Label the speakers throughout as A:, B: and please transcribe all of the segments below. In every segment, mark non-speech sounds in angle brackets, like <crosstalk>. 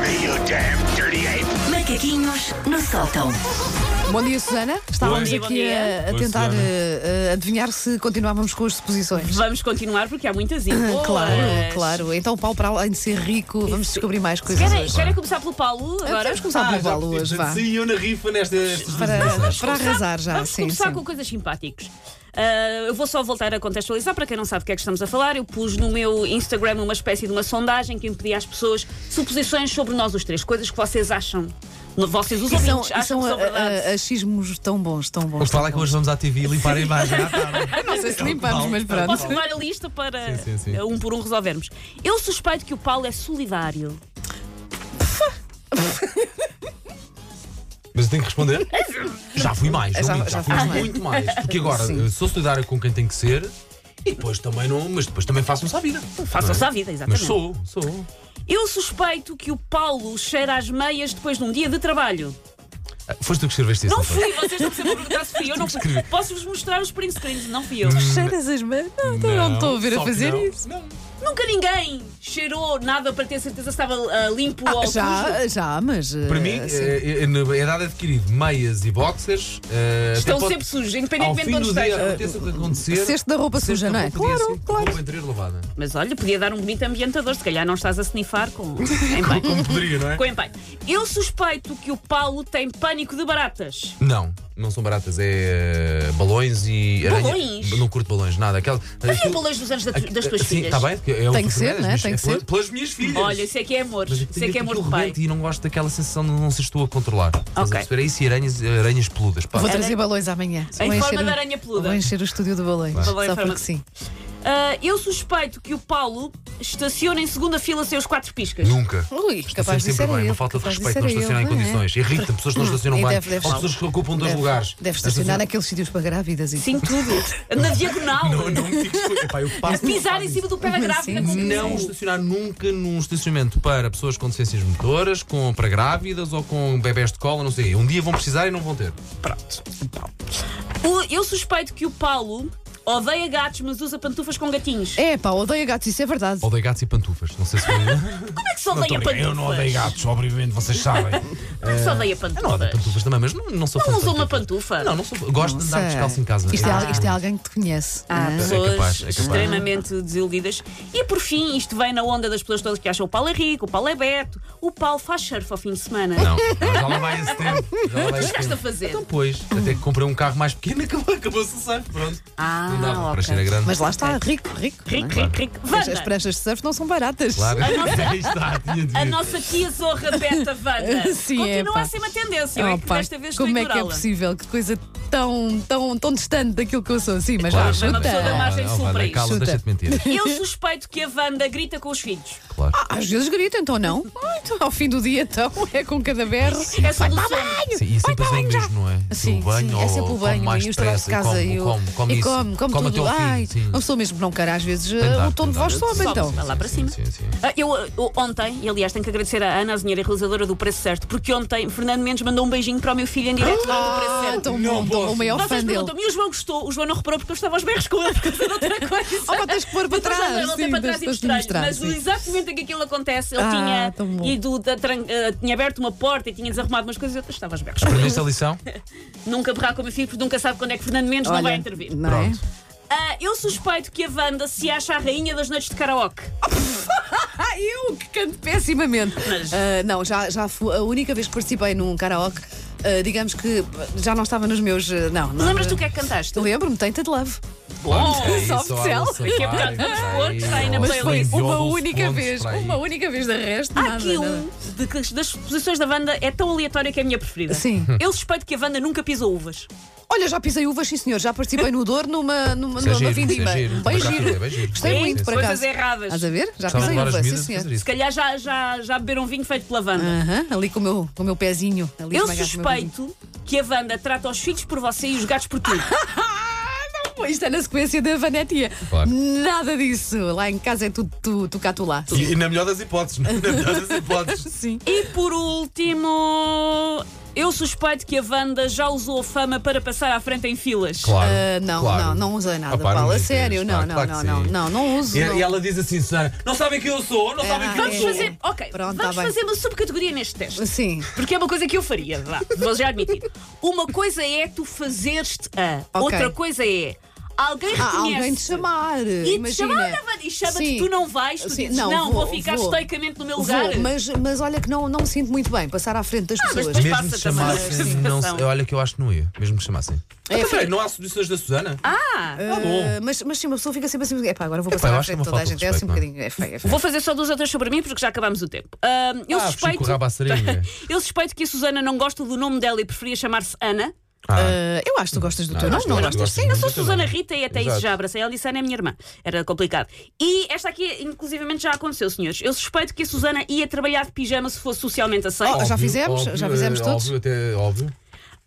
A: me, you damn dirty ape!
B: Macaquinhos no sótão.
C: Bom dia, Susana. Estávamos
D: dia, bom
C: aqui
D: dia.
C: a, a
D: Oi,
C: tentar
D: Susana.
C: eh, eh, adivinhar se continuávamos com as suposições.
D: Vamos continuar porque há
C: <laughs>
D: muitas boas.
C: Claro, claro. Então o Paulo, para além de ser rico, vamos descobrir mais coisas
D: Querem,
C: hoje.
D: querem começar pelo Paulo agora?
C: Vamos começar
E: Ah,
C: pelo Paulo hoje, vá.
E: Sim, eu Tipo, na rifa nesta.
C: Para, para arrasar já,
D: Vamos
C: sim,
D: começar
C: sim.
D: com coisas simpáticas. Ah, eu vou só voltar a contextualizar para quem não sabe o que é que estamos a falar. Eu pus no meu Instagram uma espécie de uma sondagem que impedia às pessoas suposições sobre nós os três, coisas que vocês acham. no- Vocês os
C: E são,
D: ouvintes
C: e
D: acham
C: são ah,
D: que
C: a,
D: são verdade.
C: a- achismos tão bons, tão
E: O
C: bons.
E: que fala é que hoje vamos à TV limpar
C: <laughs>
E: a imagem à tarde.
C: Não sei se limpamos, mas pronto.
D: Posso levar a lista para
E: Sim, sim, sim.
D: eh, um por um resolvermos. Eu suspeito que o Paulo é solidário.
E: Mas eu tenho que responder. Já fui mais, não
C: Já-
E: minto,
C: já
E: já, fui
C: foste mais.
E: muito mais. Porque agora
C: Sim.
E: eh, sou solidário com quem tem que ser e depois também não. Mas depois também faço-me à vida.
D: Façam-se
E: Não
D: à
E: é?
D: vida, exatamente.
E: Mas sou, sou.
D: Eu suspeito que o Paulo cheira às meias depois de um dia de trabalho.
E: Ah, Foste tu que escreveste isso.
D: Não
E: foi?
D: fui, vocês não precisam perguntar se fui eu. Não fui.
E: Escrevi.
D: Posso-vos mostrar os print screens, não fui eu.
E: Hum.
C: Cheiras as mãos? Não, então não estou a ouvir
E: só
C: a
E: que
C: fazer
E: não.
C: isso.
E: Não.
D: Nunca ninguém cheirou nada para ter certeza se estava ah, limpo ou sujo.
C: Já, já, mas. eh,
E: Para mim,
C: sim.
E: eh, eh, na idade adquirida, meias e boxers. eh, até
D: Estão
E: pode-
D: sempre sujos,
E: Ao
D: independentemente
E: fim
D: de onde
E: do dia,
D: esteja.
E: aconteça o que acontecer.
C: Eh, Cesto da roupa
E: cesto
C: suja, não é?
E: roupa podia
C: Claro,
E: ser,
C: claro.
E: Roupa interior lavada.
D: Mas olha, podia dar um bonito ambientador, se calhar não estás a snifar com.
E: <laughs>
D: Empenho.
E: Como poderia, não é?
D: com empenho. Eu suspeito que o Paulo tem pânico de baratas.
E: Não, não são baratas, é eh, balões e. aranha-
D: Balões?
E: Não curto balões, nada. Aquela,
D: Mas e o balões dos anos da- das tuas
E: Então, ah, Sim,
D: filhas?
E: está bem, porque é o
C: Tem que
E: futuro
C: ser,
E: das
C: não é?
E: minhas-
C: Tem que
E: pela-
C: ser.
E: Pelas minhas filhas.
D: Olha, isso é que é amor.
E: Mas eu
D: Isso é
E: tenho um
D: que é amor
E: aquilo
D: de pai.
E: rebento E não gosto daquela sensação de não seres tu a controlar. Estás a
D: Ok.
E: perceber? É isso e aranhas, aranhas peludas. Pá.
C: Vou trazer balões amanhã. Vou
D: forma
C: encher
D: de
C: o-
D: aranha peluda.
C: Vou encher o estúdio de balões.
D: Balão em
C: Só
D: forma-
C: porque sim.
D: Ah, eu suspeito que o Paulo estaciona em segunda fila seus quatro piscas.
E: Nunca.
C: Ui, capaz
E: Sempre,
C: de ser
E: sempre bem,
C: ele,
E: uma falta de
C: capaz
E: respeito,
C: ser
E: não estacionar em
C: ele, não é?
E: condições. Irrita pessoas que não estacionam
C: <laughs> Hum, E
E: bem.
C: deve- deve-
E: Ou pessoas que ocupam dois
C: Deve-
E: lugares.
C: Deve estacionar naqueles sítios para grávidas e
D: Sim, tudo. Na diagonal.
E: Não, não me fiques com.
D: <laughs>
E: Epá, eu passo
D: Pisar em cima do pé da grávida.
C: Sim,
D: com-
C: sim.
E: Não estacionar nunca num estacionamento para pessoas com deficiências motoras, com, para grávidas ou com bebés de cola, não sei. Um dia vão precisar e não vão ter.
D: O- Eu suspeito que o Paulo odeia gatos, mas usa pantufas com gatinhos.
C: É pá, odeio gatos, isso é verdade.
E: Odeio gatos e pantufas. Não
D: <laughs>
E: sei se foi.
D: Como é que se
E: Não, tô
D: odeia
E: brincando.
D: pantufas?
E: Então, eu não odeio gatos, obviamente, vocês sabem.
D: Como é que se odeia
E: Eu não odeio
D: pantufas?
E: pantufas também, mas não, não sou fã
D: Não
E: de
D: usou uma pantufa?
E: pantufas. Não, não sou. Gosto de andar
C: Sei.
E: descalço em casa.
C: Isto é,
E: Ah.
C: al- isto é alguém que te conhece.
D: Há
C: Ah.
D: pessoas
E: capaz, é capaz.
D: extremamente desiludidas. E por fim, isto vem na onda das pessoas todas que acham o Paulo é rico, o Paulo é beto, o Paulo faz surf ao fim de semana.
E: Não, já lá é- vai
D: <laughs>
E: esse tempo. Já lá vai esse
D: Estás a
E: tempo.
D: fazer?
E: Então, pois, até que comprei um carro mais pequeno, acabou- acabou-se o surf, pronto.
D: Ah,
E: não dava para
D: ok.
E: ser grande.
C: Mas lá está, rico, rico.
D: Rico,
C: não é?
D: rico, rico.
C: As, as
D: Wanda,
C: pranchas de surf não são baratas.
E: Claro,
D: A nossa-
E: <laughs> Aí está, tinha de
D: a
E: vir.
D: nossa tia zorra beta Wanda.
C: <laughs> Sim,
D: Continua
C: epá.
D: a ser uma tendência. eu é que
C: Opa,
D: desta vez estou
C: como
D: a
C: é que é
D: ignorá-la.
C: possível? Que coisa tão, tão, tão distante daquilo que eu sou. Sim, mas
E: Claro,
C: lá,
D: é uma
C: chuta.
D: pessoa da margem
E: Ah,
D: sul
E: Wanda,
D: para isto.
E: Cala,
C: Chuta.
E: deixa de mentir.
D: Eu suspeito que a Wanda grita com os filhos.
E: Claro.
C: Às vezes grito, então não. Ah, então, ao fim do dia, então, <laughs> é com cada berro.
D: É só do sono.
E: Sim, e é sempre o mesmo, não é?
C: Sim,
E: o banho,
C: sim,
E: ou
C: é sempre o banho
E: come mais
C: e os trabalhos de
E: depressa,
C: casa
E: e
C: e, o-
E: come, come, come
C: e
E: isso.
C: come, come,
E: Come até
C: tudo.
E: ao fim,
C: Ai,
E: sim.
C: uma pessoa mesmo não quer às vezes eh,
E: Tem de
C: o
E: dar,
C: tom
E: tem
C: de
E: dar.
C: voz sobe
E: Sobe,
C: então.
D: vai lá para
E: Sim,
D: cima.
E: sim, sim.
D: Ah, Eu, ah, eu, ontem, e aliás, tenho que agradecer à Ana, a senhora realizadora do Preço Certo, porque ontem Fernando Mendes mandou um beijinho para o meu filho em direto lá do Preço
C: Ah,
D: Certo.
C: então,
E: Não
C: bom, então,
E: posso.
C: o maior fã
D: Vocês
C: dele.
D: perguntam-me, e o João gostou? O João não reparou porque eu estava aos berros com ele, porque
C: <laughs>
D: eu outra coisa.
C: Opa, tens que pôr para
D: Então, já
C: trás,
D: não tem
C: sim,
D: para trás e
C: tens de
D: mostrar-lhe.
C: mostrar,
D: Mas
C: sim.
D: exatamente em que aquilo acontece, ele
C: Ah,
D: tinha,
C: tão bom.
D: ido da tran- ah, tinha aberto uma porta e tinha desarrumado umas coisas e eu estava aos berros.
E: Aprendeste a lição?
C: É.
D: nunca berrar com o meu filho porque nunca sabe quando é que Fernando Mendes não
C: Olha,
D: vai intervir.
C: Não é?
E: Pronto.
D: Ah, eu suspeito que a Wanda se acha a rainha das noites de karaoke.
C: Ah, eu que canto pessimamente.
D: Mas-
C: Ah, não, já, já fui. A única vez que participei num karaoke, ah, digamos que já não estava nos meus. ah, Não, não
D: Lembras-te o que é que cantaste?
C: Lembro-me, Tainted Love. Oh, só
E: é
C: é
E: isso,
C: oficial.
E: olha, sei
D: Daqui a
E: lá,
D: bocado vamos pôr, que está aí na
E: olha,
C: Mas foi
D: playlist.
E: olha,
C: uma
E: olha,
C: única
E: pontos
C: vez,
E: para aí.
C: uma única vez, de resto.
D: Há
C: nada,
D: aqui
C: nada.
D: um de que- das posições da Wanda é tão aleatória que é a minha preferida.
C: Sim.
D: Eu suspeito que a Wanda nunca pisou uvas.
C: Olha, já pisei uvas, sim senhor, já participei no Dor numa, numa,
E: Isso é
C: numa
E: giro,
C: vindima.
E: isso é giro.
C: Bem
E: Mas já
C: giro.
E: fiz, é bem giro.
C: Gostei
E: Sim,
C: muito,
E: sim,
C: por
E: sim.
D: Coisas
C: acaso.
D: erradas.
C: Estás a ver? Já
E: Estava a
C: pisei
E: levar
C: uvas,
E: as
C: sim
E: miúdas a
C: senhor.
E: fazer isso.
D: Se calhar já, já, já beberam vinho feito pela Wanda.
C: Aham, ali com o meu, com o meu pezinho. Ali
D: Eu
C: esmagado com o meu pezinho.
D: suspeito que a Wanda trata os filhos por você e os gatos <laughs> por tu.
C: Pô, Isto é na sequência da Vanetia.
E: Claro.
C: Nada disso. Lá em casa é tudo tu, tu cá, tu lá. <laughs>
E: E, e na melhor das hipóteses, não é? na melhor das hipóteses.
C: Sim.
D: e por último. Eu suspeito que a Wanda já usou a fama para passar à frente em filas.
E: Claro.
C: Ah, não,
E: claro.
C: não, não usei nada,
E: Ah, pá, não
C: Paulo. A
E: dizes,
C: sério,
E: pá,
C: não, não,
E: claro que
C: não,
E: sim.
C: não, não, não uso.
E: E,
C: não. É.
E: e ela diz assim, Susana, não sabem quem eu sou, não sabem quem eu
D: Vamos
E: sou.
D: fazer. Ok,
C: Pronto,
D: vamos
C: tá bem.
D: fazer uma subcategoria neste teste.
C: Sim.
D: Porque é uma coisa que eu faria, vá, vou já admitir. Uma coisa é tu fazeres-te a,
C: Ok.
D: outra coisa é alguém
C: Há
D: reconhece.
C: alguém te chamar.
D: E te
C: imagina.
D: chamava, e chama-te,
C: Sim.
D: tu não vais, tu
C: Sim,
D: dizes, não, vou, ficar
C: vou.
D: estoicamente no meu
C: Vou,
D: lugar.
C: mas, mas olha que não, não me sinto muito bem passar à frente das
D: Ah, mas
C: pessoas.
D: depois-
E: Mesmo
D: Passa
E: que
D: também a
E: chamassem, não, se-
D: participação.
E: olha que eu acho que não ia. Mesmo que chamassem.
C: É,
E: Então, peraí, não há soluções da Susana?
D: Ah,
E: tá bom.
C: Ah, mas, mas sim, uma pessoa fica sempre assim. Epá, agora vou
E: Epá,
C: passar
E: eu
C: à
E: acho que é
C: frente
E: uma
C: de toda a
E: falta de
C: gente. é assim um
E: respeito,
C: bocadinho. É feio, é feio.
D: Vou fazer só duas outras sobre mim porque já acabámos o tempo. Ah, eu,
E: ah,
D: suspeito,
E: Chico Rabassarinha.
D: eu suspeito que a Susana não gosta do nome dela e preferia chamar-se Ana.
E: <laughs> Ah,
C: Ah, eu acho que tu gostas do
E: Não,
C: teu
E: acho
C: nome,
E: que
C: não
E: eu
C: gostas?
E: gosto
C: Sim,
E: muito.
D: Eu sou
E: Muito
D: Susana
E: bem.
D: Rita e até
E: Exato.
D: isso já abracei. Ela disse Ana é minha irmã. Era complicado. E esta aqui, inclusivamente, já aconteceu, senhores. Eu suspeito que a Susana ia trabalhar de pijama se fosse socialmente aceita.
C: Oh,
E: Ah,
C: já fizemos? Já fizemos
E: eh,
C: todos?
E: Óbvio, até óbvio.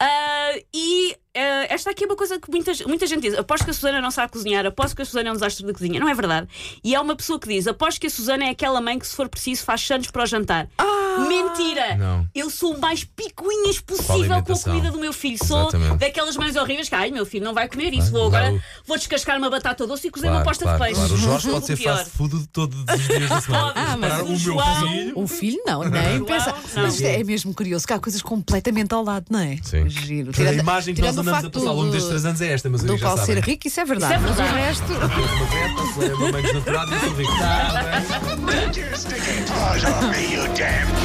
D: Ah, e ah, esta aqui é uma coisa que muita, muita gente diz: aposto que a Susana não sabe cozinhar, aposto que a Susana é um desastre de cozinha. Não é verdade. E há uma pessoa que diz: aposto que a Susana é aquela mãe que, se for preciso, faz sandes para o jantar.
C: Ah!
D: Mentira!
E: Não.
D: Eu sou o mais picuinhas possível com a
E: alimentação.
D: comida do meu filho. Sou
E: Exatamente.
D: daquelas mães horríveis que, ai, meu filho não vai comer isso. Vou
E: Não.
D: agora vou descascar uma batata doce e cozer uma posta de peixe.
E: claro. <laughs> O
D: <laughs>
E: Jorge
D: Tudo
E: pode ser
D: pior.
E: fast food de todos os dias <laughs> da semana.
D: Ah, mas
E: Preparar
D: o
E: o meu
D: João-
E: filho.
C: O Um filho não, nem
D: Não,
C: pensa.
D: não.
C: Mas isto é mesmo curioso, que há coisas completamente ao lado, não é?
E: Sim.
C: Giro.
E: Portanto, a
C: Tirando-
E: imagem que nós
C: tirando o
E: andamos a
C: facto
E: passar ao longo
C: do-
E: destes três anos é esta, mas
C: Do
E: amigos já
C: Paulo ser
E: sabem.
C: rico, isso é verdade.
D: Isso é
C: mas o
D: verdade.
C: resto-
E: Uma veta, uma mãe desnaturada e um sou rico. Tá, bem.
A: Get your sticking paws off me, you damn